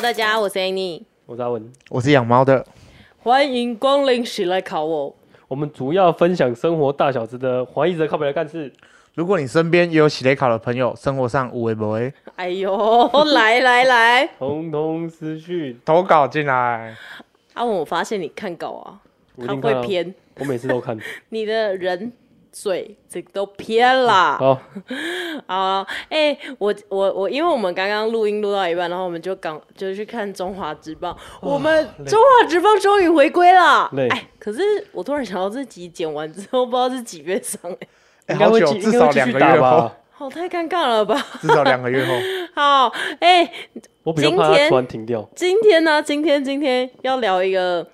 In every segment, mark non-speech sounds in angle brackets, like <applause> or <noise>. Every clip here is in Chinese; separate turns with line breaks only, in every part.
大家，我是 Annie，
我是阿文。
我是养猫的，
欢迎光临喜来考我。
我们主要分享生活大小事的怀疑者靠北来干事。
如果你身边也有喜雷考的朋友，生活上无为不为，
哎 <laughs> 呦，来来来，
通通私讯。
投稿进来。
阿啊文，我发现你看稿啊，
我一
他
定看
会
啊，
偏，
我每次
<laughs>
都看。
你的人嘴这个都偏啦。
好，
啊，哎、我我我，因为我们刚刚录音录到一半，然后我们就刚就去看《中华职棒》，我们《中华职棒》终于回归了
累。
哎，可是我突然想到，这集剪完之后，不知道是几月上、哎，
哎
应该
好
会
久，
继应
至
该
少
会继
两
续
个
打
月后
吧，。
好，太尴尬了吧？
至少两个月哦后。
<laughs> 好，哎、
我比较
今
怕它
天
突然停掉。
今天呢、今天今天要聊一个，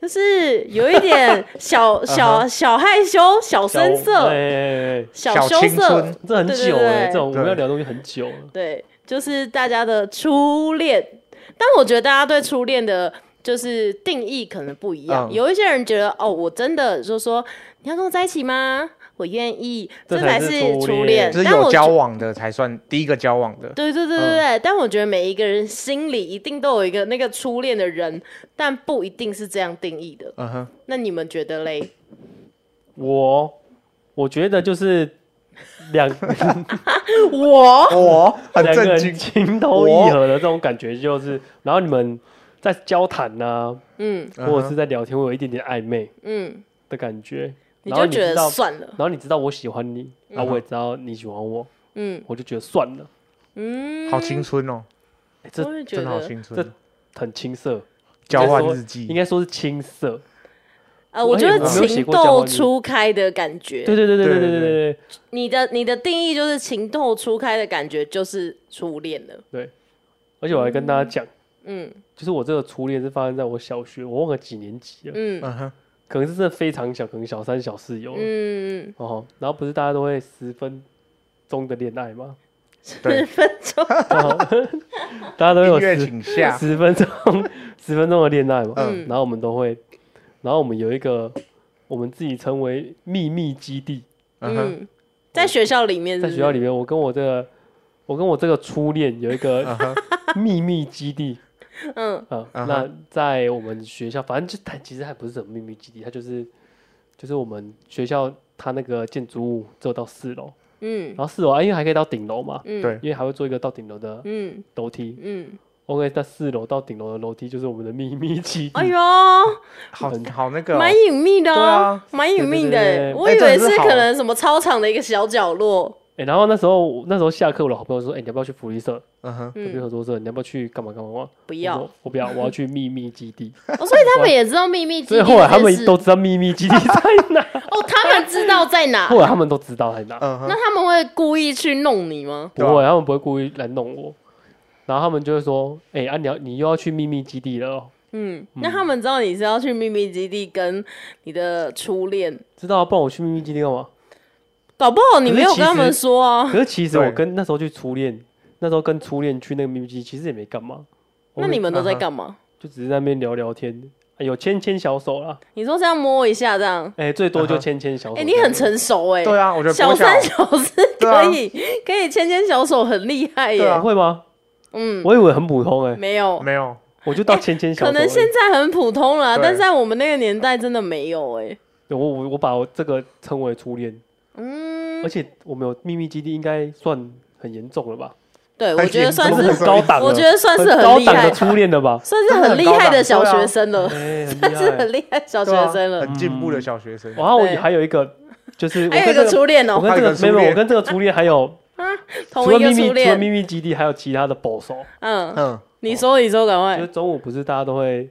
就是有一点
<laughs> 啊
小小小害羞、小生
小哎
涩、
哎，哎
小
小
羞
青
涩
春，
哎这很
对对
久哎，
对
这种我们
对
要聊的东西很久了。
对，就是大家的初恋。但我觉得大家对初恋的，就是定义可能不一样。
嗯
有一些人觉得，哦，我真的就说你要跟我在一起吗？我愿意，
这
才
才是
是初
初恋
恋。
就是
但我
有
觉
交往的才算第一个交往的，
对对对对对，但我觉得每一个人心里一定都有一个那个初恋的人，但不一定是这样定义的。
嗯哼，
那你们觉得嘞？
我我觉得就是两
<laughs>
我
我哦很
两个
震
人
惊，
情投意合的这种感觉，就是然后你们在交谈呐，
嗯
或者是在聊天，会有一点点暧昧
嗯，
的感觉。
你
然后
就
你
觉
知道
得算了，
然后你知道我喜欢你，然后我也知道你喜欢我，
嗯
我就觉得算了，
嗯，
好青春哦，
欸这
我也觉
真的好
得，
青春，
很青涩，
交换日
应
记，
该说是青涩。
呃，
我
我
也
觉得
我没有写
情
过交换
窦
日记
初开的感
对
觉。
对对对对对
对
对
对
对对，
你的你的定义就是情窦初开的感觉就是初恋了。
而且我还跟大家讲，
嗯
就是我这个初恋是发生在我小学，我忘了几年级了，
嗯
嗯哼，
可能是真的非常小，可能小三小四有了
嗯，
哦。然后不是大家都会十分钟的恋爱吗？
十 <laughs>
对，
分钟，
哦 <laughs> 大家都有
音乐
十
请下，
十分钟十分钟的恋爱嘛，
嗯
然后我们都会，然后我们有一个我们自己称为秘密基地。
嗯哼，
嗯，在学校里面是不
在
是，
学校里面，我跟我这个，我跟我这个初恋有一个
嗯哼，
秘密基地
嗯，
啊。
啊哈
那在我们学校，反正就它其实还不是什么秘密基地，它就是就是我们学校它那个建筑物只有到四楼，
嗯
然后四楼啊，因为还可以到顶楼嘛，
嗯，
对
因为还会做一个到顶楼的
嗯
楼梯。
嗯，
OK，在四楼到顶楼的楼梯就是我们的秘密基地。
哎呦，
好
很
好那个哦，
蛮隐秘的、
对啊，
蛮隐秘的、欸
对对对对
我以为是
哎真的是好
可能什么操场的一个小角落，
哎、然后那时候那时候下课，我的好朋友说：“哎、你要不要去福利社？
嗯哼，
福利
嗯，
合作社，你要不要去干嘛干嘛干嘛？”
不
不
要。哦，
我不要，我要去秘密基
<laughs>
地。
所以他们也知道秘密基地
所以
这件事，
后来他们都知道秘密基地在哪，
哦，他们知道在哪，
<laughs> 后来他们都知道在哪，
<laughs> 嗯
那
哼，
他们会故意去弄你吗？
不会，他们不会故意来弄我。然后他们就会说：“哎、啊，你要你又要去秘密基地了哦、
嗯，那他们知道你是要去秘密基地跟你的初恋，
知道啊、不然我去秘密基地干嘛？
搞不好你没有跟他们说啊，
可是其实
对
我跟那时候去初恋，那时候跟初恋去那个秘密基地，其实也没干嘛，我
那你
嗯
们都在干嘛？
就只是在那边聊聊天，哎有牵牵小手啦，
你说这样摸一下这样，
哎、最多就
嗯哼
牵牵小手。
哎、你很成熟哎、
对啊，我觉得
小
国
三小四
对啊
可以、可以牵牵小手，很厉害耶、
对
不
啊
会吗？
嗯，
我以为很普通哎、
没有，
没有，
我就到牵牵小手而
可
已。
能现在很普通啦，
对
但在我们那个年代真的没有哎、
对我我我把我这个称为初恋，
嗯
而，且我们有秘密基地，应该算很严重了吧？
对，我
很
觉得
<laughs>
严
算
重
这
是
个，很高档了，
我觉得算是
高
很厉
档的
害，
初恋了
<laughs>
吧？
算是很厉害的小学生了，
哎，很
<laughs> 算是
<laughs>
很
厉
厉害的小学
对啊
生了。
很进步的小学生，
害。然后我
对
还有一个，就是我
还有一
跟
个
这个，
初恋
我
哦，
跟这
还有
个
一
没有，
个初
没有
恋
我跟这个初恋还有
<laughs>
除
同
了
一个
秘密
初
除了
恋。
秘密基地，还有其他的保守。
嗯，
嗯，
你说，你说，赶
就是
快。
中午不是大家都会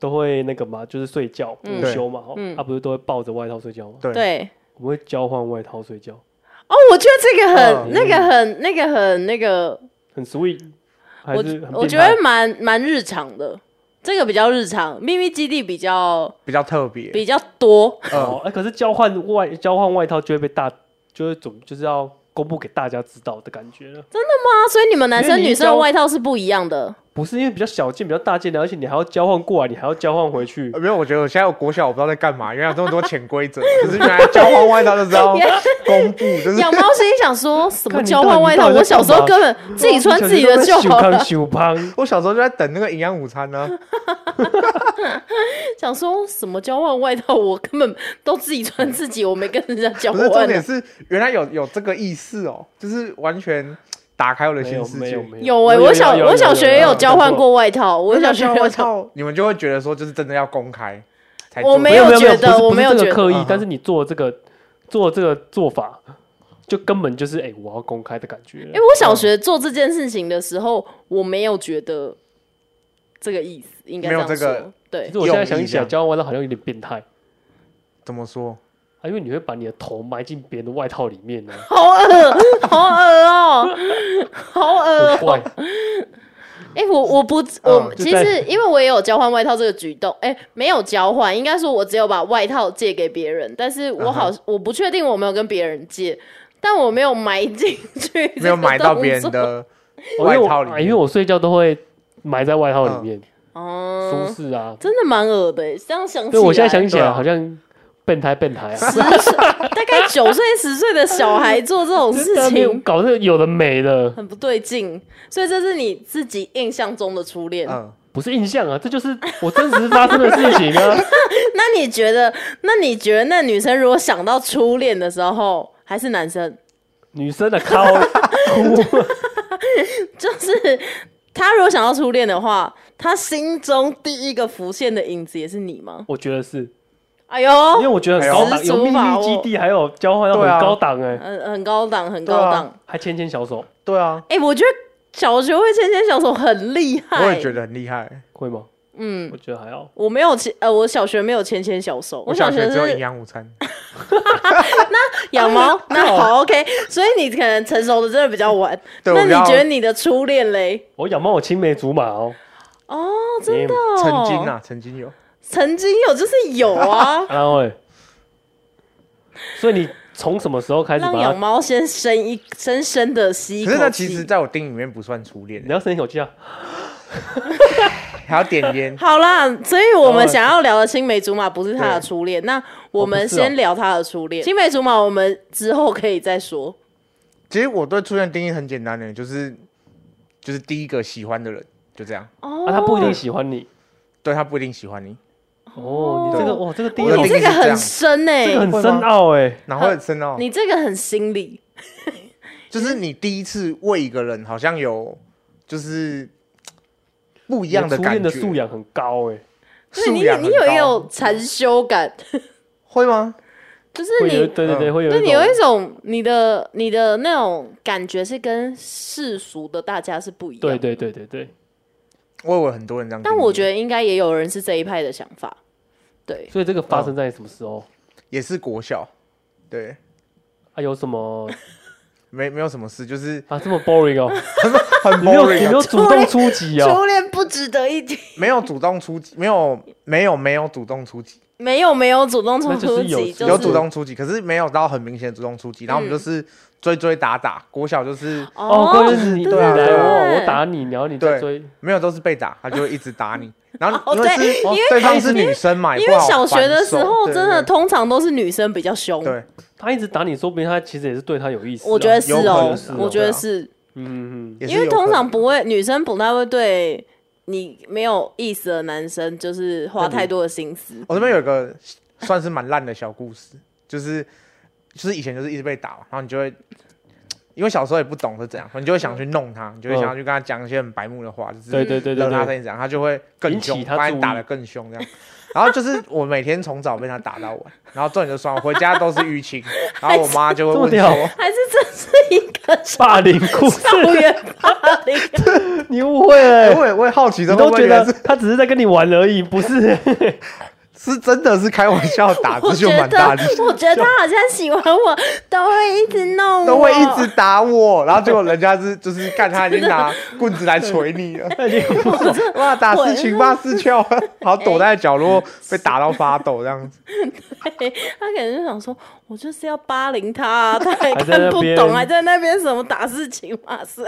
都会那个嘛，就是睡觉
嗯
午休嘛，哈
嗯，
他不是都会抱着外套睡觉吗？
对，
对，
我们会交换外套睡觉，
哦，我觉得这个很、
嗯
那个很、那个很、那个，
很 sweet，还
我
是很
我
变
觉
态
得蛮蛮日常的。这个比较日常，秘密基地比较
比较特别，
比较多，
嗯
哦，哎，可是交换外交换外套就会被大，就是总就是要公布给大家知道的感觉了。
啊，所以你们男
因为
生
你
女生的
交
外套是不一样的。
不是因为比较小件、比较大件的，而且你还要交换过来，你还要交换回去。
呃没有，我觉得我现在我国小我不知道在干嘛，原来有这么多潜规则，就是原来交换外套就知道公布， <laughs> 就是
养猫心里想说什么
看你
交换外套，
到底
我
你到
小
底在干嘛
时候根本自己穿自己的就
小
好
康
了。
小康，
我小时候就在等那个营养午餐呢、
想说什么交换外套，我根本都自己穿自己，我没跟人家交
不是重
换
点
啊。
是原来有有这个意识哦，就是完全打开我的
没
新
有
世
没
界
有。没
有哎、我小我小学也有交换，过外套，我小学
交
也
换
有
外
交。
套，你们就会觉得说，就是真的要公开才
我
做
没有觉得
不是
我没有
不是
觉
这个
得
刻
嗯
意
哼，
但是你做这个做这个做法，就根本就是哎，我要公开的感觉
因。为我小学做这件事情的时候，我没有觉得这个意思，应该
没有
样
这个
说。对
其实我现在想一
用意这
想，
样
交换外套好像有点变态
怎么说？
啊，因为你会把你的头埋进别人的外套里面呢，啊
<laughs> 好恶，好恶哦，好恶哦
很 <laughs> 怪。
哎、我我不，
嗯
我、
就
其
在
实因为我也有交换外套这个举动，哎、没有交换，应该说我只有把外套借给别人，但是我
嗯
好，我不确定我没有跟别人借，但我没有埋进去，
没有买到别人，的
哦因为
外
我
套里
啊
面嗯
因为我睡觉都会埋在外套里面，舒
哦、
适啊。
真的蛮恶的、哎这样想起来，
对，我现在想起
对
来
啊
好像变态变态啊。
大概九岁十岁的小孩做这种事情。
搞这有的没的，
很不对劲，所以这是你自己印象中的初恋。
嗯，
不是印象啊，这就是我真实发生的事情啊。
那你觉得？那你觉得那女生如果想到初恋的时候，还是男生？
<laughs> 女生的靠哭，
就是他如果想要初恋的话，他心中第一个浮现的影子也是你吗？
我觉得是，
哎呦，
因为我觉得很高档，
哎呦
有秘密基地，还有交换要很
哦对啊
高档哎、
很很高档，很
啊
高档。
还牵牵小手，
对啊，
哎、我觉得小学会牵牵小手很厉害。
我也觉，得很厉害。
会吗？
嗯，
我觉得还好。
我没有牵，呃，我小学没有牵牵小手，
我
小
小学只有啊营
是
养午餐，
养猫。那好，OK，所以你可能成熟的真的比较晚。
<laughs> 对
那
我
你
比较
觉得你的初恋嘞？
我养猫，我青梅竹马哦。
哦，
真的。
哦
曾经，啊，曾经有，
曾经有就是有啊
<laughs>
啊喂。所以你从什么时候开始把
让养
它？
猫先深一深深的吸一口
可是
气。。
那其实在我定义里面不算初恋
你，要生一口气啊！
还要点烟
<laughs> 好啦，所以我们
哦
想要聊的青梅竹马不是他的初恋，那我
哦
们
不是哦
先聊他的初恋。青梅竹马我们之后可以再说。
其实我对初恋定义很简单的，就是就是第一个喜欢的人，就这样。
哦
啊，他不一定喜欢你
对他不一定喜欢你，
哦。你这个
对
哇，这个第一
我
你
的
这
定义
个
是这
很
样
深哎、
这个
会吗
很深奥哎。
然后很深奥，
你这个很心理，
就是你第一次为一个人，好像有就是不一样
你
的
初恋
感觉。
的素养很高哎，
对你
素养
你有
很高
一种禅修感，
会吗？
就是
会有
你
对对对，
嗯
会有
对你
种
有一种你的你的那种感觉是跟世俗的大家是不一样。
对。对对对对，
我以为很多人这样定义，
但我觉得应该也有人是这一派的想法，对。
所以这个发生在什么时
哦
候？
也是国小，对，
啊，有什么 <laughs>
没没有什么事，就是
啊这么 boring
<laughs>
哦？
很
你没有你没
boring，啊
有主动出击哦？
<laughs>
初恋不值得一提，
没有主动出击，没有没有没有主动出击，
没有没有主动冲
那就是
突
有
击，就
有
是嗯
主动出击，可是没有到很明显的主动出击，然后我们就是追追打打，国小就是
哦，关键是你你
对啊
来
对
我，
啊
我打你，然后你再
对
追。
没有都是被打，他就会一直打你，然后
<laughs> 哦
因为是
因为
对方是女生嘛，也
因
不
为
好
小学的
还
时
手
候，
对
真的
对
通常都是女生比较凶。
对，
他一直打你，说不定他其实也是对他有意思啊。
我觉得是
有可
哦
能是，
我觉得
对啊
是，
嗯，嗯嗯，
也是
因为
有可能
通常不会，女生不太会对你没有意思的男生就是花太多的心思。
我这边有一个算是蛮烂的小故事，就是就是以前就是一直被打嘛，然后你就会因为小时候也不懂是怎样，你就会想去弄他，你就会想要去跟他讲一些很白目的话，就是
对对对对
惹他
对，
成这样，他就会更
引
凶，
起他
把
注
你
意
打得更凶这样。然后就是我每天从早被他打到晚，然后重点就算我回家都是淤
<laughs>
青，然后我妈就会
这么
问
屌
说，
还是这是一个
霸凌故
<laughs>
事， <laughs>
校园霸凌？
你误会
哎
了。欸
我也我也好奇，
你
这会
都
不会
觉
原来
得
是 <laughs>
他只是在跟你玩而已，不是？
是真的是开玩笑打，
<laughs> 我
<laughs> 这
觉
就蛮大力
得，，我觉得他好像喜欢我，都会一直弄我，
都会一直打我，然后结果人家是就是干他已经拿棍子来捶你了，哇打是群骂是俏，然后躲在角
哎
落被打到发抖这样子，
嘿他可能就想说，我就是要霸凌他、
<laughs>
啊，他还
还在
看
那
不
边
懂，还在那边什么打事情哇塞！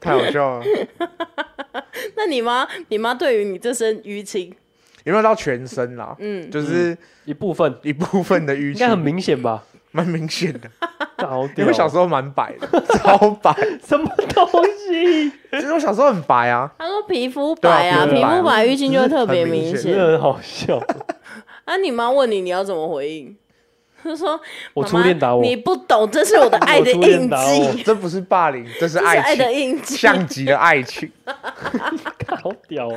太好笑了。
<laughs> 那你妈，你妈对于你这身淤青，
有没有到全身啦？嗯，就是
一部分
一部分的淤
应该很哦
青，
明显吧？
蛮明显的。
好
因
屌！
为我小时候蛮白的，超白，
什么东
<laughs>
西？
其实我小时候很白啊。
她说皮肤白啊，
对
皮
啊
肤白淤青就会特别明
只
真
显。
的很好笑。
啊，你妈问你，你要怎么回应？ <laughs> 她说：“
我
妈
初
妈
恋打我
你不懂，这是我的爱的
我初恋
印
打我
记，
这不是霸凌，这是
<laughs> 这是爱
爱
的
情，
印记。
像极了爱情。
<laughs> 好屌、哦！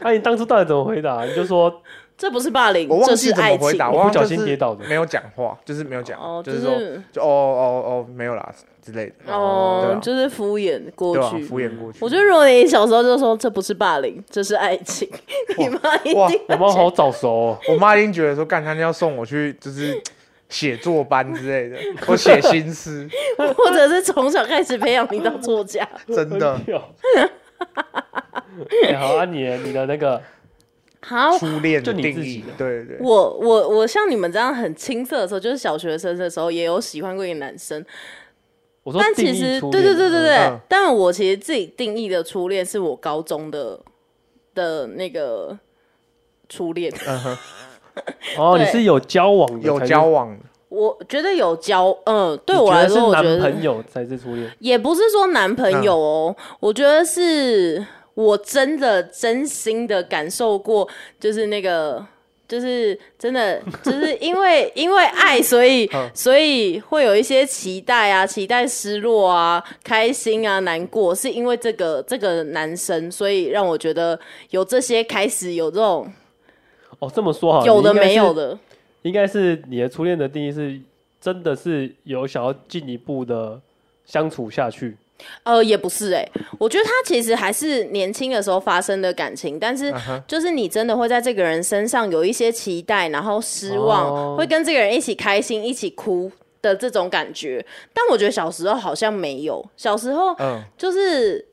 哎、你当初到底怎么回答？你就说
这不是霸凌
我，忘
这
记
是
怎
爱
么回
情。
答，
我
我
不小心跌倒的
没有讲话，就是没有讲
哦，
就是是说就哦哦哦没有啦之类的，对
哦
啊，
就是敷衍过
对吧？
去。
敷衍过去。
我觉得如果你小时候就说这不是霸凌，这是爱情， <laughs> 你妈一
哇
定
我妈好早熟、哦，
我妈一定觉得说，干他要送我去就是写作班之类的，
<laughs>
我写新诗，
或者是从小开始培养你当作家。 <laughs>
真的
很屌。 <laughs> 哎好啊你，你的那个
好，
初恋的
就你
定
自己
义
的，
对对对，
我我我像你们这样很青涩的时候，就是小学生的时候，也有喜欢过一个男生，
我说
但
定
其
义
实
初
对
恋
对对对对，
嗯
但我其实自己定义的初恋是我高中的的那个初恋， <laughs>
哦，
对
你是有交往的，
嗯有交，往的，
我觉得有交，嗯，对我
你觉
来
得是
说，我觉
男
得
朋友才是初恋。
也不是说男朋
嗯
友哦，我觉得是我真的真心的感受过，就是那个，就是真的，就是因为
<laughs>
因为爱，所以
嗯
所以会有一些期待啊，期待失落啊，开心啊，难过，是因为这个这个男生，所以让我觉得有这些开始有这种
哦，这么说好了，
有的
你应该
没
是
有，的，
应该是你的初恋的定义是真的是有想要进一步的相处下去，
呃，也不是哎、我觉得他其实还是年轻的时候发生的感情，但是就是你真的会在这个人身上有一些期待，然后失望，
哦
会跟这个人一起开心，一起哭的这种感觉。但我觉得小时候好像没有，小时候
嗯，
就是。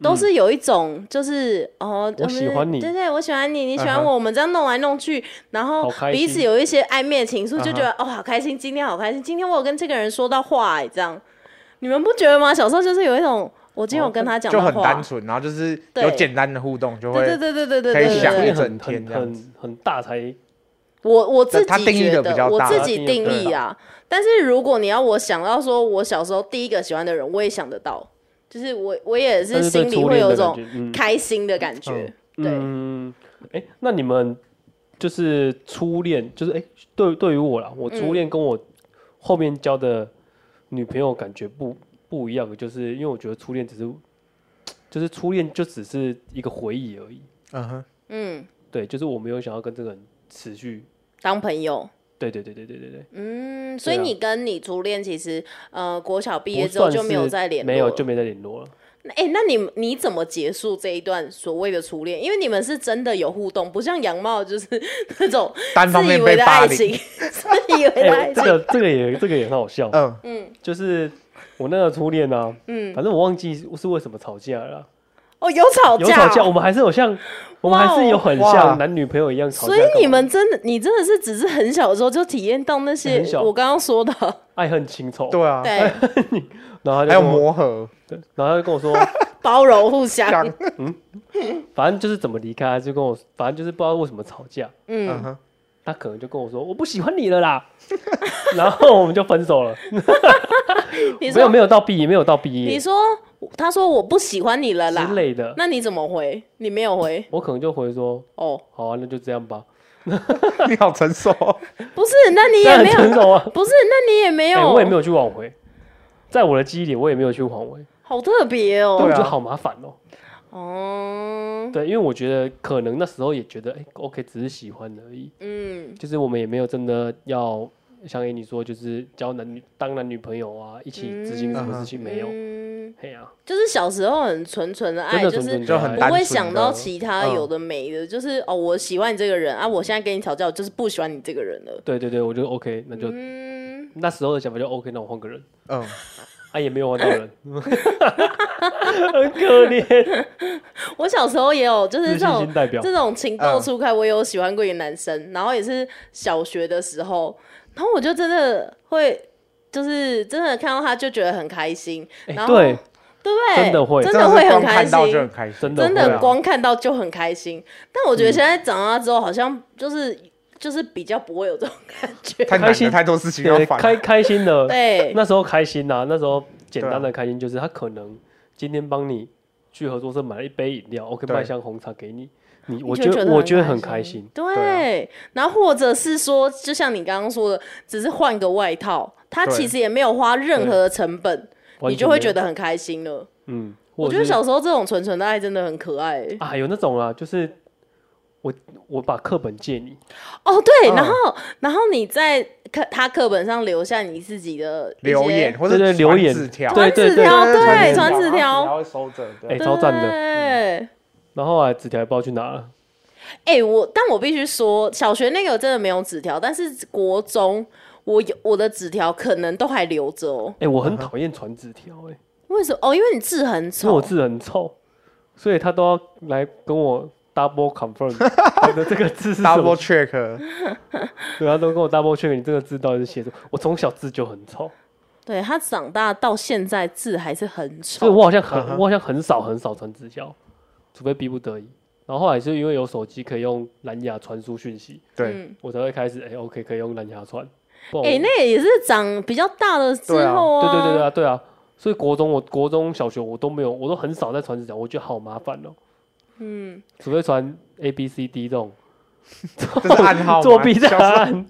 都是有一种，就是哦，
我喜欢你
对对，我喜欢你，你喜
嗯
欢
哼
我，我们这样弄来弄去，然后
好开心
彼此有一些暧昧情愫，
嗯哼
就觉得哦，好开心，今天好开心，今天我有跟这个人说到话，哎，这样，你们不觉得吗？小时候就是有一种，我今天有跟他讲
哦就
到
很
话
单，纯，然后就是
对
有简单的互动，就
对对
会
对对对对
可以
对
想
初
对
恋
对，
很
一整天
很
这样
很很大才
我我自
他
己
定义
觉
得比
得，
较
我
大
自
他
己
定义
定
得比较
义啊。但是如果你要我想到说，我小时候第一个喜欢的人，我也想得到，就是我我也
但是对
心里
初
会
恋
有
的
一种
感觉嗯
开心的感觉，对。
嗯，哎、那你们就是初恋，就是哎、诶对对于我啦，我初
嗯
恋跟我后面交的女朋友感觉不不一样，就是因为我觉得初恋只是，就是初恋就只是一个回忆而已。
嗯哼，
嗯，
对，就是我没有想要跟这个人持续。
当朋友。
对对对对对对对，
嗯，所以
对啊
你跟你初恋其实，呃，国小毕业
不
之后
算
就没有
是
再联络了，
没有就没再联络了。
那哎、那你你怎么结束这一段所谓的初恋？因为你们是真的有互动，不像杨茂就是 <laughs> 那种
单方
自以
面
为
被
的
霸
爱
凌，
情， <laughs> 自以为的
哎、
爱
这
情。
个这个也这个也很好笑，
嗯，
就是我那个初恋呢、嗯，反正我忘记是为什么吵架了啦。
哦，有吵
有
架，
吵架，我们还是有像，我们还是有很
哇
像男女朋友一样吵架
哦所
干
以
嘛。
你们真的，你真的是只是很小的时候就体验到那些
很小啊
我刚刚说的，
爱恨情仇，
对啊，
对，嗯
然后他就
还有
跟我，
磨合，
对然后他就跟我说， <laughs>
包容互相，
像
反正就是怎么离开，就跟我，反正就是不知道为什么吵架，
嗯
嗯，
哼， <laughs>
他可能就跟我说我不喜欢你
<laughs>
了啦，然后我们就分手了，
你
没有
说，
没有到毕业，没有到毕
你
业
说，他说我不喜欢你了啦
之，类的，
那你怎么回？你没有回
我可能就回说，
哦，
好啊，那就这样吧，
你好成熟哦，
不是，那你
这
也
样
没
分
有，
手啊，
不是，那你也没有，
哎我也没有去挽回，在我的记忆里，我也没有去挽
啊
回，
好特别
但我
哦，
觉得好麻烦哦，
哦，
对，因为我觉得可能那时候也觉得，哎，OK，只是喜欢而已，
嗯，
就是我们也没有真的要像 A 你说，就是交男女当男女朋友啊，一起执行什么事情没有？
嗯，
嘿呀，
就是小时候很纯纯的
真
爱，
的
就
纯
是
纯啊
就很
不
单
会
纯
想
的
到其他
嗯
有的没的，就是哦，我喜欢你这个人啊，我现在跟你吵架，我就是不喜欢你这个人了。 <laughs>
对对对，我觉得 OK，那就
嗯，
那时候的想法就 OK，那我换个人，
嗯，
啊也没有换到
<laughs>
人，很可怜，
我小时候也有，就是这
自信
种
心代表
这种情窦
嗯
初开，我也有喜欢过一个男生，然后也是小学的时候，然后我就真的会，就是真的看到他就觉得很开心，
哎
然后
对，
对不对？
真的会
真
的
的会很
是光
开
看到
心
就，很开心，
真的
真
会
的
啊
光看到就很开心。但我觉
嗯
得现在长大之后，好像就是、就是比较不会有这种感觉，
太
开
难
心
了，太多事情要
对
烦。
开开心的， <laughs>
对，
那时候开心呐、啊那时候简单
啊
的开心就是他可能今天帮你去合作社买了一杯饮料，OK，
对
麦香红茶给你，你我
你
觉
就
得我觉得很开心，。啊
对，
对
然后或者是说，就像你刚刚说的，只是换个外套，他
对
其实也没有花任何的成本，
完全
你就会
没有
觉得很开心了。
嗯，
我
或
觉
者
得
是
小时候这种纯纯的爱真的很可爱、
啊有那种啊，就是我我把课本借你，
哦，对，
嗯
然后然后你在课他课本上留下你自己的一些
留言或
对
者
对留言
字条，
对
传纸条，对，传纸
然后
条，
会收着，对
哎、，超赞的，
对。
然后啊纸条也不知道去哪了，
哎、我但我必须说，小学那个真的没有纸条，但是国中我有我的纸条可能都还留着哦。
哎、我很
嗯
讨厌传纸条哎，
为什么？哦，因为你字很
因为
丑
我，字很臭，所以他都要来跟我 double confirm 他的这个字是什么
double，check，
对，他都跟我 double check 你这个字到底是写什么，我从小字就很臭。
对他长大到现在字还是很
所以
丑。
我好像很、
嗯哼
我好像很少很少传直销，除非逼不得已。然后后来是因为有手机可以用蓝牙传输讯息，
对，
嗯，
我才会开始哎、OK 可以用蓝牙传。不然
哎、
我
那也是长比较大了之后啊。
对对对对啊对啊，所以国中我国中小学我都没有，我都很少在传直销，我觉得好麻烦哦、
嗯，
除非传 A B C D 这种
这是暗号吗
作弊答
消失
案，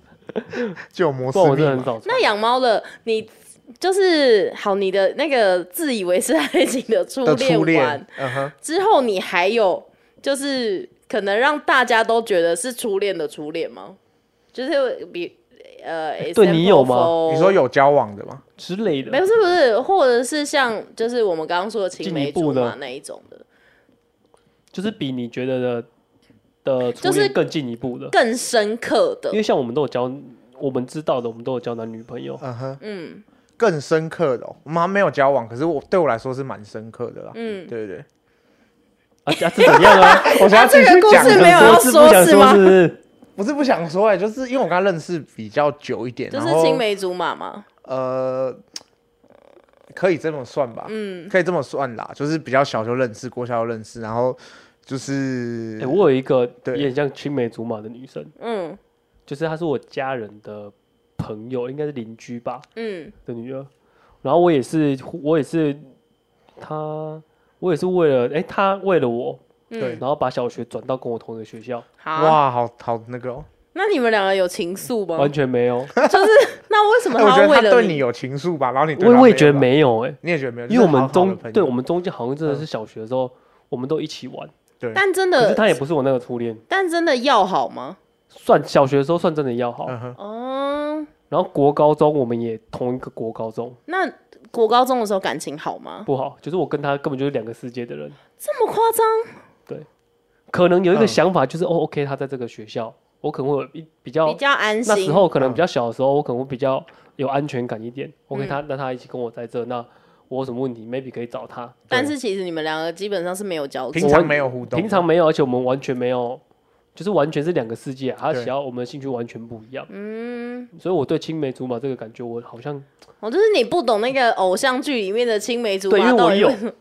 就有摩
<laughs>
斯
不然我
密
真的很
码，
少传
那。养猫的你就是好，你的那个自以为是爱情的初
的
恋
初
完
恋，嗯哼，
之后，你还有就是可能让大家都觉得是初恋的初恋吗？就是比呃，
对你有吗
example for-
你说有交往的吗？
之类的
没。有？是不是？或者是像就是我们刚刚说的青
进
梅
一步
竹
的
马那一种的，
就是比你觉得的的初
就是
恋更进一步的，
更深刻的
因为像我们都有交，我们知道的，我们都有交男女朋友。
嗯哼，
嗯
更深刻的哦，我们还没有交往，可是我对我来说是蛮深刻的啦，
嗯
对对对，
啊，这怎
<laughs>
样啊？
我想要
这
继
个
续
故
讲
事
可
没
是
有要
我是不想
是吗
说是不是？
不是不想说哎、就是因为我跟他认识比较久一点，
就
然
是
后
青梅竹马嘛。
呃，可以这么算吧，
嗯，
可以这么算啦，就是比较小就认识，国小就认识，然后就是
哎、我有一个
对
也很像青梅竹马的女生，
嗯
就是她是我家人的朋友，应该是邻居吧
嗯
的女儿。然后我也是，我也是她，我也是为了哎、她为了我，
嗯
对，
然后把小学转到跟我同一个学校，
好。啊
哇，好好那个、哦，
那你们两个有情愫吗
完？全没
<laughs>
有。
那为什么
哎我觉
要
得
为
他
了
对你？有情愫吧，然后你对
我
他
我也觉得
吧，
没有哎、
你也觉得没有，
因为我们
就是好好
中
的朋友嗯
对我们中间好像真的是小学的时候，我们都一起玩，
但真
可是她
的，
也不是我那个初恋，
但真的要好吗？
算小学的时候算真的要好。
嗯哼，
哦，
然后国高中我们也同一个国高中，
那国高中的时候感情好吗？
不好，就是我跟他根本就是两个世界的人。
这么夸张？
可能有一个
嗯
想法就是，哦，OK，他在这个学校，我可能会有比比较
比较安
哦那时
心。
候可能
嗯
比较小的时候，我可能会比较有安全感一点。OK，
嗯
他那他一起跟我在这，那我有什么问题，maybe 可以找他。
但是其实你们两个基本上是没有交集
平。常没有互动，
平常没有，而且我们完全没有，就是完全是两个世界、啊，他
对
想要我们的兴趣完全不一样。
嗯，
所以我对青梅竹马这个感觉，我
<laughs>
好像
我就是你不懂那个偶像剧里面的青梅竹
对，因
马
为
到
我
底
<laughs>
有
为什么，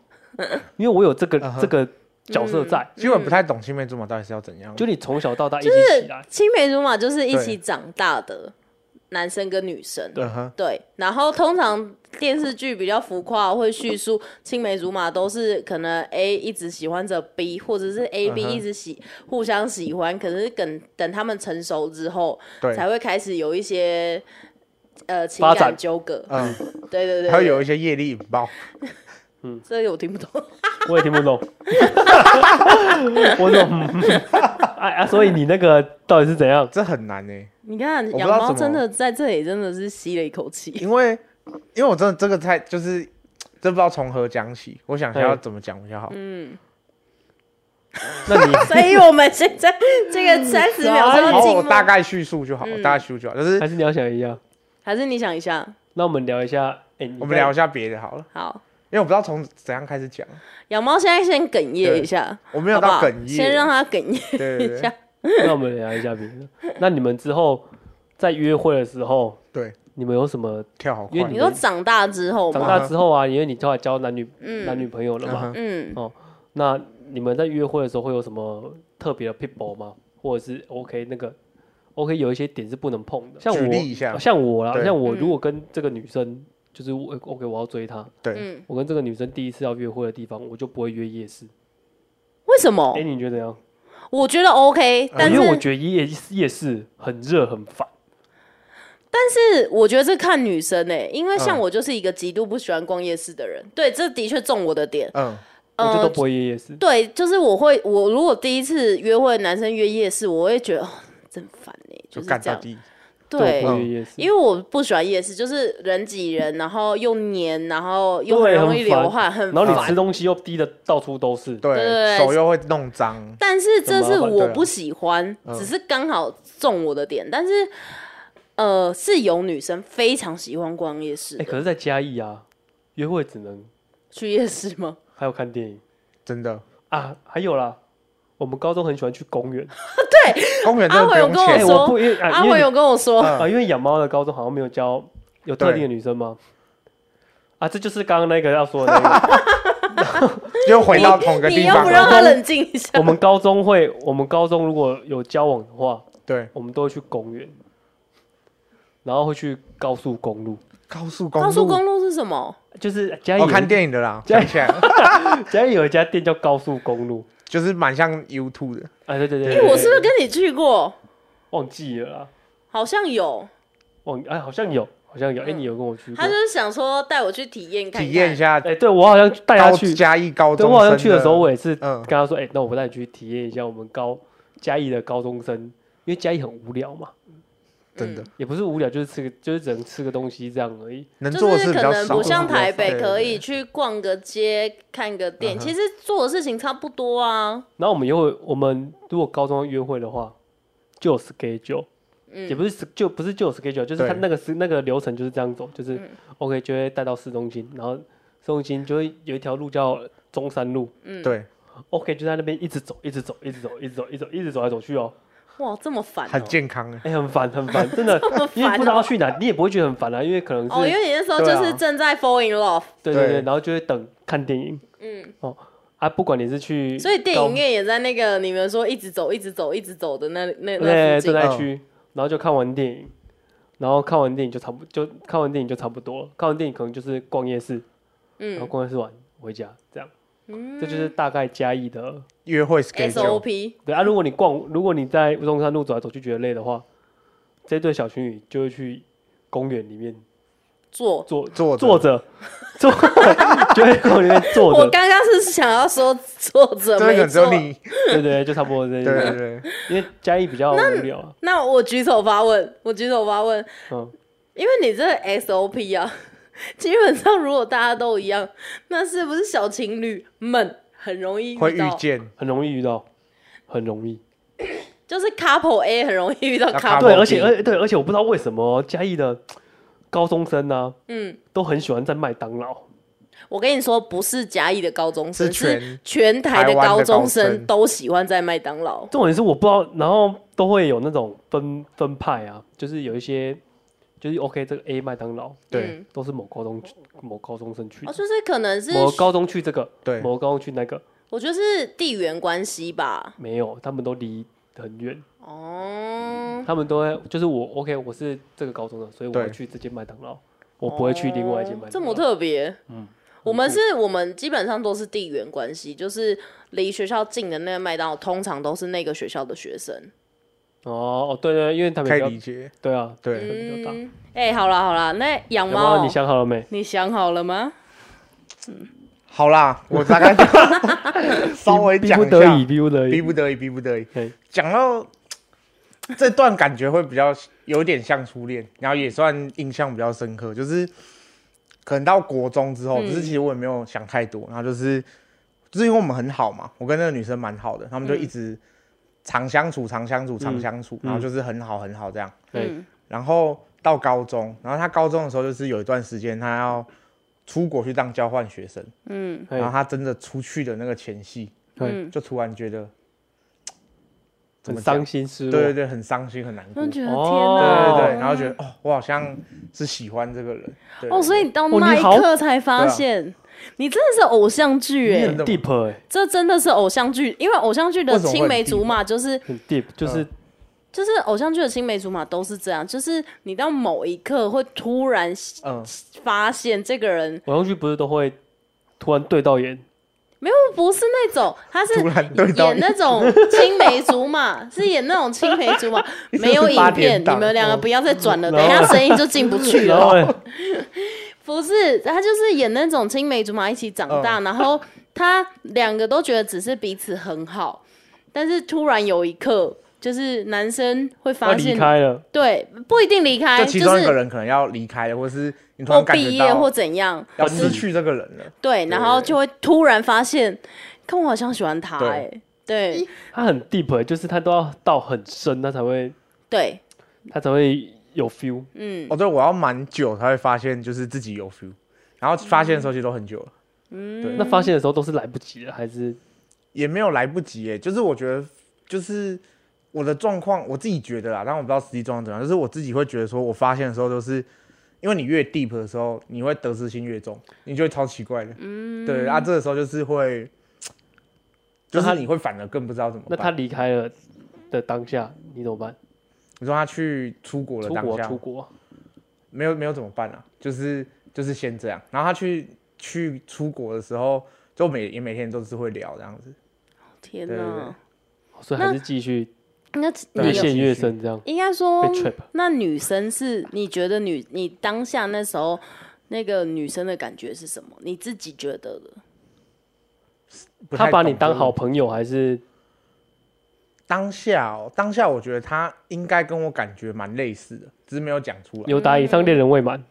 因为我有这个
嗯哼
这个角色
嗯
在，
其实我也不太懂青梅竹马到底是要怎样，
就你从小到大一起
就是
起来。
青梅竹马就是一起
对
长大的男生跟女生。
对
嗯哼，
对，然后通常电视剧比较浮夸，会叙述青梅竹马都是可能 A 一直喜欢着 B，或者是 A
嗯哼
B 一直喜、互相喜欢，可是等等他们成熟之后，
对，
才会开始有一些呃情
发
感
展
纠葛。
嗯，
对对对，
还会
对
有一些业力引爆，
这个我听不懂。
我也听不懂。 <laughs> 我懂。 <laughs> 哎啊，所以你那个到底是怎样？
这很难呢、欸，
你看
我不知
养
道
猫
怎么
真的在这里真的是吸了一口气， <laughs>
因为因为我真的这个太就是真不知道从何讲起，我想一
嗯
下要怎么讲比较好。
嗯，
那
<laughs>
你
所以我们现在这个三十秒
哎
钟
呦
的
好，
静
我
默，
大概叙述就好，
嗯
我大概叙述就好。就是
还是你要想一样。
还是你想一下，
那我们聊一下，哎，你
我们
在
聊一下别的好了，
好，
因为我不知道从怎样开始讲，
养猫现在先哽咽一下，
我没
没
有到哽咽，
先让它哽咽
对对
一
对
下
对，。
那我们聊一下别的。那你们之后在约会的时候，
对，
你们有什么？
跳好
因
快嗯
为
你。说长大之后
长
吗？
大之后啊，因为你后来交男女男
嗯
女朋友了
嗯
嘛，
哼
嗯，
那你们在约会的时候会有什么特别的 people 吗？或者是 OK 那个 OK 有一些点是不能碰的，像
举
我
例一下
哦，像我啦，
对
像我如
嗯
果跟这个女生，就是我 OK 我要追她，
对，
嗯，
我跟这个女生第一次要约会的地方，我就不会约夜市。
为什么
哎、？你觉得怎样？
我觉得
呃
OK，但
因为我
是
觉得夜夜市很热很烦。
但是我觉得这看女生诶，因为像
嗯
我就是一个极度不喜欢逛夜市的人，对，这的确中我的点。
嗯，
我就
呃
都不会夜夜市，
对，就是我会，我如果第一次约会男生约夜市，我会觉得哦，真烦哎、
就是干
这
到
样。
底，
对，
对
我，不
嗯
会约夜市，
因为我不喜欢夜市，就是人挤人，然后又黏，然后又很
对
容
很
易流
烦
汗，很
然后你
烦
吃。东西又滴的到处都是。
对对对
对，手又会弄脏，
但是这是
很麻
我
烦
不喜欢，
对啊
只是刚好中我的点。但是，呃，是有女生非常喜欢逛夜市
哎、
的，
可是，在嘉义啊，约会只能
去夜市吗？
还有看电影
真的。
啊，还有啦，我们高中很喜欢去公
<laughs>
园。
公园真的不
阿
用
伟有
哎、
跟
钱，
说
我不因为啊，
阿
因为
伟
你
有跟我说，
嗯
啊，因为养猫的高中好像没有教有特定的女生吗？啊，这就是刚刚那个要说的那
<laughs>
个。
又回到同个
你
地
又
方
不让
了。
他冷静一下
我，们高中会，我们高中如果有交往的话，
对，
我们都会去公园，然后会去高速公路，哎
高速公路，
高速公路是什么？
就是嘉义
我
有
哦看电影的啦，
嘉
讲起来 <laughs>
嘉义有 <laughs> 一家店叫高速公路。
就是蛮像 U two 的，
啊，对对对
哎、
对对
我是不是跟你去过？
忘记了啦？
好像有，
忘哎，好像有，好像有。哎，你有跟我去过
嗯他就？是想说带我去体验看看
体验一下
哎，对我好像带他
高
去，
嘉义高
对
中。
我好像去的时候，，我也是
嗯
跟他说，哎、那我带你去体验一下我们高嘉义的高中生，因为嘉义很无聊嘛，
真的
嗯
也不是无聊，就是吃个，就是只能吃个东西这样而已。
能做
就
的
是
事比
可
较
能
少，
不像台
对
北
对
可
对
以去逛个街、看个店，
嗯哼
其实做的事情差不多啊。
然后我们约会，我们如果高中约会的话，就有 schedule，、也
嗯，
不是就不是就有 schedule，就是
对
他那个是那个流程就是这样走，就是、OK
嗯
就会带到市中心，然后市中心就会有一条路叫中山路
嗯
对，
，OK 就在那边一直走，一直走，一直走，一直走，一直走，一直走来走去哦。
哇，这么烦、
很
哦。
健康欸。
哎、很烦，
<laughs>
很烦，真的
么，
因为
烦哦
不知道去哪，你也不会觉得很烦啊，因为可能是，
哦，因为你那时候
啊
就是正在 fall in love，、
对对对，
对
然后就会等看电影
嗯，
啊，不管你是去高，
所以电影院也在那个你们说一直走、一直走、一直走的那那那
对
附近。
正
嗯
在区，然后就看完电影，然后看完电影就差不就看完电影就差不多了，看完电影可能就是逛夜市，然后
嗯
逛夜市完回家这样，这就是大概嘉义的。
约会 schedule，
，SOP
对啊，如果你逛，如果你在乌中山路走来走去觉得累的话，这对小情侣就会去公园里面
做。
坐
坐着
坐着，坐 <laughs> 就会公园里面坐
我
着，
刚刚是想要说坐着
这个可
没
能只有
错，
你，
对对，对就差不多这
对
样。
对对，对
因为嘉义比较无聊啊，
那我举手发问，我举手发问，
嗯，
因为你这个 SOP 啊， <laughs> 基本上如果大家都一样，那是不是小情侣们很容易
会
遇
遇
到？
见，
很容易遇到，很容易。
就是 couple A 很容易遇到
要
couple，
couple
对，
B
而且而对，而且我不知道为什么嘉义的高中生呢、
嗯，
都很喜欢在麦当劳。
我跟你说，不是嘉义的高中生，
是
是
全
全台的高中
台湾的高
生
中
都喜欢在麦当劳。
重点是我不知道，然后都会有那种分分派啊，就是有一些就是 OK，这个 A 麦当劳
对
嗯，
都是某高中去某高中生去
哦，
的，
就是可能是
某高中去这个，
对
某高中去那个，
我觉得是地缘关系吧。
没有，他们都离很远，
哦，
他们都会就是我 OK，我是这个高中的，所以我
对
会去这间麦当劳，我不会去另外一间麦当劳。
哦这么特别。
嗯
我们是我们基本上都是地缘关系，就是离学校近的那个麦当劳，通常都是那个学校的学生。
哦哦，对对，因为他们
可以
比较
理解，
对啊，
对，
比较大。
嗯，哎、好啦好啦，那养
有没
猫
有你想好了没？
你想好了吗？
好啦，我
<laughs>
大概就稍微
逼逼
讲
不
一
得已，
下，
逼不得已，
逼不得已，逼不得已
对。
讲到这段，感觉会比较有点像初恋，然后也算印象比较深刻，就是可能到国中之后，
嗯
只是其实我也没有想太多，然后就是就是因为我们很好嘛，我跟那个女生蛮好的，他
嗯
们就一直常相处，常相处，
嗯
常相处，然后就是很好很好这样。
对
嗯
然后到高中，然后他高中的时候就是有一段时间他要出国去当交换学生，
嗯
哎
然后他真的出去的那个前夕，
对，
嗯，
就突然觉得，
很
怎么讲
伤心失
对
落
对，对，很伤心很难过，
就觉
对
得天
哦
哪，
对对，然后觉得哦，我好像是喜欢这个人，对
哦，所以你到
哦
那
你
一
好
刻才发
对啊
现，你真的是偶像剧哎、
你
很
对
deep 哎，
这真的是偶像剧，因为偶像剧的
为什么会
青梅
很低
竹马就是
很 deep，就是
嗯
就是偶像剧的青梅竹马都是这样，就是你到某一刻会突然
嗯，
发现这个人
偶像剧不是都会突然对到眼，
没有不是那种，他是
突然对到
演那种青梅竹
<laughs>
马，是演那种青梅竹马，没有影
八
片，
点
你
档哦
们两个不要再转了，
嗯
等一下声音就进不去
啊
然后
了。
嘞
不是，他就是演那种青梅竹马一起长
哦
大，然后他两个都觉得只是彼此很好，但是突然有一刻，就是男生会
要
发
离
现，
开了，
对，不一定离开，
哦就
就
其中一个
是
人可能要离开了，或是你突
或
然感
毕
觉
业或
到
怎样，
要失去这个人了，
对，然后
对
就会突然发现，看我好像喜欢他、
对
哎，对
他很 deep，欸就是他都要到很深，他才会
对，
他才会有 feel，
嗯
哦，对，我要蛮久才会发现就是自己有 feel，然后发现的时候其实都很久了，
嗯
那发现的时候都是来不及了，还是
也没有来不及耶，就是我觉得就是我的状况，我自己觉得啦，但我不知道实际状况怎么样，就是我自己会觉得说，我发现的时候都是。因为你越 deep 的时候，你会得失心越重，你就会超奇怪的。嗯，对啊，这个时候就是会，就
那他
是你会反而更不知道怎么
那
办。
他离开了的当下你怎么办？
你说他去出国了，
出
当
国
下
啊出国啊，
没有没有怎么办啊？就是就是先这样。然后他去去出国的时候，就每也每天都是会聊这样子。
天
对对
哪，
所以还是继续
那
越
你有
陷越深这样
应该
被
说，
哦
trap。
那女生是你觉得女你当下那时候那个女生的感觉是什么？你自己觉得的？
不太
他把你
懂这个
当好朋友还是
当下哦，当下我觉得他应该跟我感觉蛮类似的，只是没有讲出来。
有达以上恋人未满？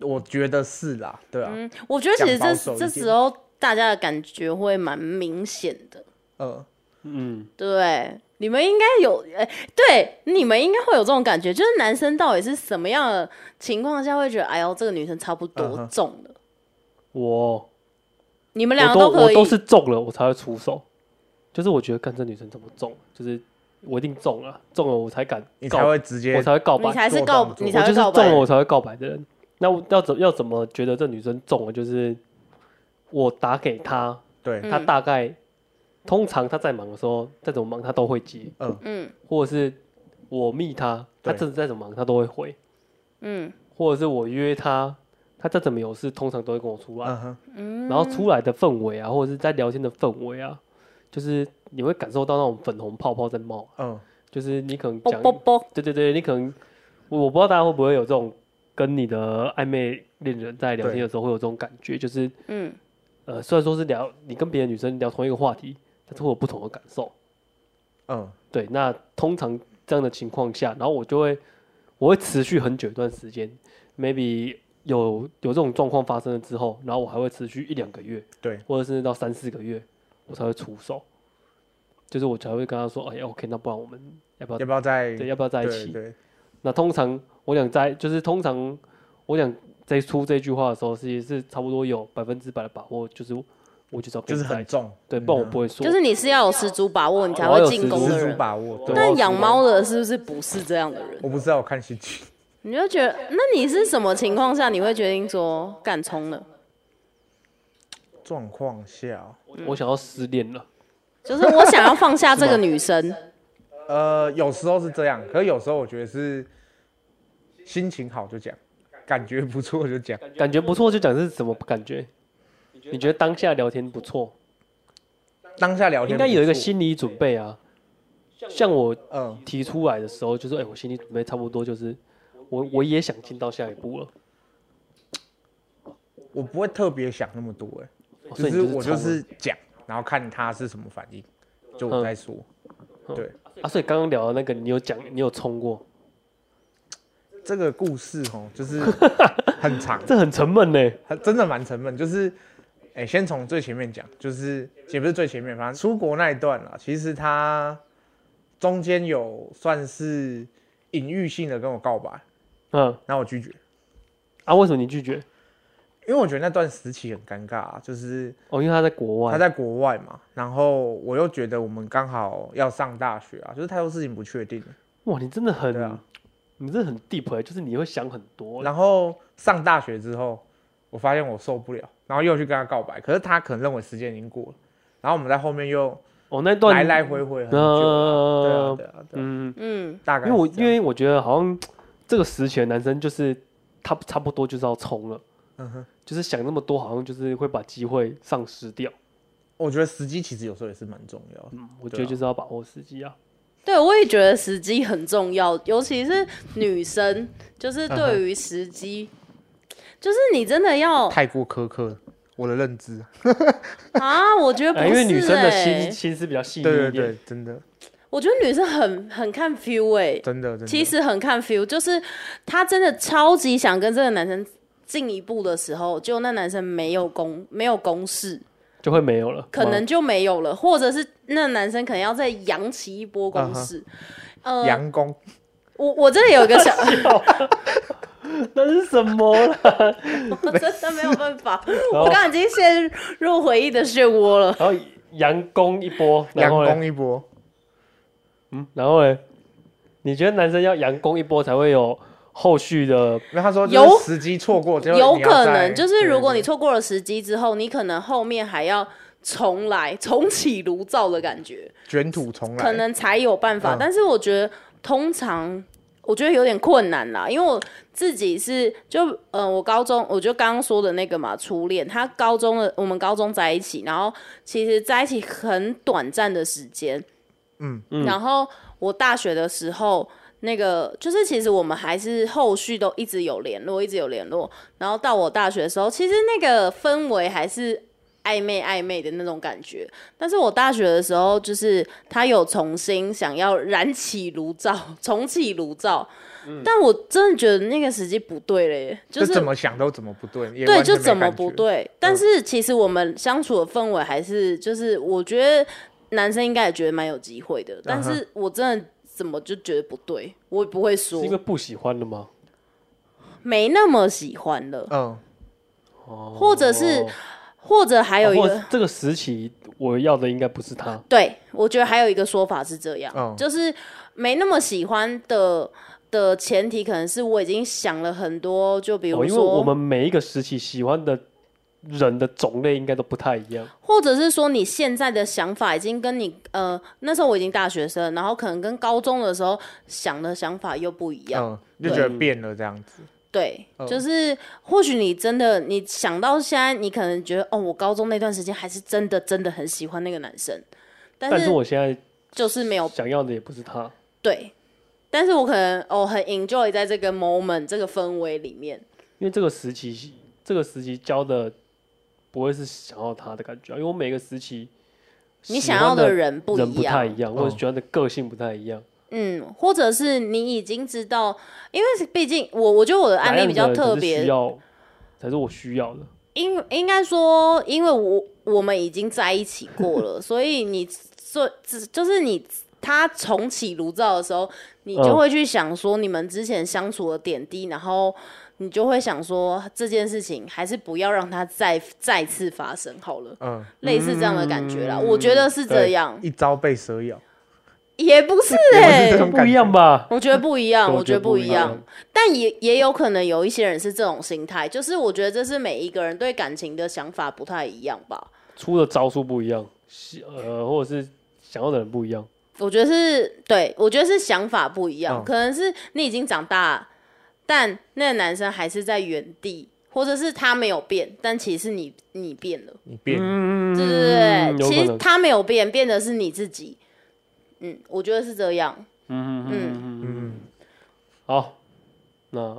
我觉得是啦，对啊，
嗯，我觉得其实
讲保守
这
一
这
点
时候大家的感觉会蛮明显的，
呃，
嗯，
对。你们应该有，哎、对，你们应该会有这种感觉，就是男生到底是什么样的情况下会觉得，哎呦，这个女生差不
嗯
多
哼
中了。
我
你们两
我
个
都
可
我
以，
都是中了我才会出手，就是我觉得干这女生怎么中，就是我一定中了，中了我才敢
你才
告，
会直
我
接
才会告白
你，才是
做
告
动，作
你
我
才
就
会
是
告
中
白
了。我才会告白的人。那我要怎要怎么觉得这女生中了？就是我打给她，
对，
嗯
她大概通常她在忙的时候，再怎么忙她都会接，
嗯
或者是我密她，她
对
真的再怎么忙她都会回，
嗯
或者是我约她，她再怎么有事，通常都会跟我出来。
嗯哼，
嗯，
然后出来的氛围啊，或者是在聊天的氛围啊，就是你会感受到那种粉红泡泡在冒，
嗯，
就是你可能
啵
讲
啵啵，
对对对，你可能我我不知道大家会不会有这种跟你的暧昧恋人在聊天的时候会有这种感觉，就是
嗯
呃，虽然说是聊你跟别的女生聊同一个话题，但是会有不同的感受。
嗯，
对，那通常这样的情况下，然后我就会我会持续很久一段时间，maybe 有有这种状况发生了之后，然后我还会持续一两个月，
对，
或者甚至到三四个月，我才会出手，就是我才会跟他说，哎，OK，那不然我们要不要
要不要再
对要不要在一起？
对，
那通常我想在就是通常我想在出这句话的时候，其实是差不多有百分之百的把握，就是我就是要
就
跟
是
你在
很
一起，
重，嗯
对，不然我不会说。
就是你是要有十足把握，你才
我
会
要有
进攻
十
的
十足
人。
把握。
对
对，
但养猫的是不是不是这样的人？
我不知道，我看戏剧，
你就觉得，那你是什么情况下你会决定说敢冲了？
<laughs> 状况下哦，
我想要失恋了，
就是我想要放下这个女
<laughs>
生，
呃，有时候是这样，可是有时候我觉得是心情好就讲，感觉不错就讲，
感觉不错就讲是什么感觉？你觉得当下聊天不错，
当下聊天
应该有一个
不错，
心理准备啊。像我
嗯，
提出来的时候，就是哎、我心理准备差不多，就是我我也想进到下一步了。
我不会特别想那么多、欸，
哦所
就
以
是
你
我
冲
就
了
是讲，然后看他是什么反应，就
嗯
我再说。
啊，所以刚刚聊的那个，你有讲，你有冲过，
这个故事哦，就是
<laughs>
很长，
这很沉闷呢。
很真的蛮沉闷。就是，哎、先从最前面讲，就是也不是最前面，反正出国那一段啦，其实他中间有算是隐喻性的跟我告白，
嗯，
然后我拒绝，
啊，为什么你拒绝？
因为我觉得那段时期很尴尬、啊，就是
哦，因为他在国
他
外，
在国外嘛，然后我又觉得我们刚好要上大学啊，就是太多事情不确定了。
哇，你真的很
对啊，
你真的很 deep，欸就是你会想很多。
然后上大学之后，我发现我受不了，然后又去跟他告白，可是他可能认为时间已经过了，然后我们在后面又
哦，那段
来来回回很久啊，对啊
呃，
对啊对啊，
嗯，
嗯，
大
因
概
为我
是这
因
样
为我觉得好像这个时期的男生就是他差不多就是要冲了，
嗯哼，
就是想那么多，好像就是会把机会丧失掉。
我觉得时机其实有时候也是蛮重要的，
嗯，我觉
对
得
啊
就是要把握时机啊。
对，我也觉得时机很重要，尤其是女生，就是对于时
<laughs>
机，就是你真的要
太过苛刻了，我的认知，
啊，我觉得不
<laughs>
是、
哎
欸，
因为女生的心心思比较细腻
对对
一
对
点，，
真的
我觉得女生很很看 feel 哎、
真的真的，
其实很看 feel，就是她真的超级想跟这个男生进一步的时候，就那男生没有公没有公式，
就会没有了。
可能
哇
就没有了，或者是那男生可能要再扬起一波公式。
啊
呃，<laughs>
阳光
我我这里有一
<laughs>
个小，
那是什么啦？
我真的没有办法，
然
我
后
刚刚已经陷入回忆的漩涡了。
然后佯攻一波，
阳
然后嘞，
光一波，
嗯，然后嘞，你觉得男生要佯攻一波才会有后续的？
因为他说就是
有
时机错过，结果
有
你要
可
再
能就是如果你
对
错过了时机之后，你可能后面还要重来，重启炉灶的感觉。
对卷土重来，
可能才有办法。
嗯
但是我觉得通常我觉得有点困难啦，因为我自己是就呃，我高中我就刚刚说的那个嘛，初恋，他高中的我们高中在一起，然后其实在一起很短暂的时间，
嗯
嗯
然后我大学的时候。那个就是，其实我们还是后续都一直有联络，一直有联络。然后到我大学的时候，其实那个氛围还是暧昧暧昧的那种感觉。但是我大学的时候，就是他有重新想要燃起炉灶，重启炉灶。但我真的觉得那个时机不对了耶，
就是怎么想都怎么不对，也
对，
完全
就
没
怎么
感
不
觉？
对。但是其实我们相处的氛围还是，就是我觉得男生应该也觉得蛮有机会的，但是我真的怎么就觉得不对，我也不会说
是，因为不喜欢了吗？
没那么喜欢了，
嗯，
或者是
哦
或者还有一
或
个
者这个时期我要的应该不是他。
对，我觉得还有一个说法是这样，
嗯
就是没那么喜欢的的前提，可能是我已经想了很多，就比
哦，
如
因为
说，
我们每一个时期喜欢的人的种类应该都不太一样。
或者是说你现在的想法已经跟你呃那时候我已经大学生，然后可能跟高中的时候想的想法又不一样。
哦
嗯，就觉得变了这样子。
对，
嗯
就是或许你真的你想到现在，你可能觉得哦，我高中那段时间还是真的真的很喜欢那个男生，但
但是
是
我现在
就是没有
想要的也不是他。
对，但是我可能哦很 enjoy 在这个 moment 这个氛围里面。
因为这个时期，这个时期教的不会是想要他的感觉啊，因为我每个时期
你
喜
想
欢
要
的
的人不
人
一
不太
样，
一样，
嗯
或者喜欢的个性不太一样。
嗯，或者是你已经知道，因为毕竟我我觉得我的案
哪
例
样
比较
的人
特
才是需
别，
要才是我需要的。
应应该说，因为我我们已经在一起过 <laughs> 了，所以你做只就是你他重启炉灶的时候，你就
嗯
会去想说你们之前相处的点滴，然后你就会想说这件事情还是不要让它再再次发生好了。
嗯，
类似这样的感觉啦，我觉得是这样，
一朝被蛇咬，
也不 <laughs> 是
也
哎、
不是这种
不一样吧？
我觉得不一样，
对
我觉得不一
我觉得
样，但也也有可能有一些人是这种心态，就是我觉得这是每一个人对感情的想法不太一样吧。
出的招数不一样，喜呃，或者是想要的人不一样。
我觉得是对，我觉得是想法不一样，
嗯
可能是你已经长大，但那个男生还是在原地，或者是他没有变，但其实是你你变了，
你变了。
嗯，
对对对，
有
其
可
实
能。
他没有变，变的是你自己。嗯，我觉得是这
<laughs>
样。
嗯嗯嗯嗯嗯嗯。
嗯，
好，那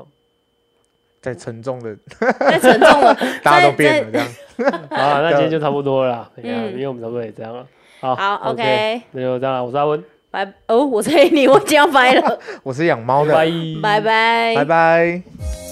在沉重的，，
太沉重了
大家
在
都变
在
了这样。
好啊，那今天就差不多了啦，对啊
嗯
因为我们差不多也这样了。 <laughs> 好
好
OK，
，OK
那就这样了，我是阿文，
拜
<laughs>
哦，我是黑你，我这样掰了，
我是养猫
拜
的，
拜
拜拜，
拜。拜。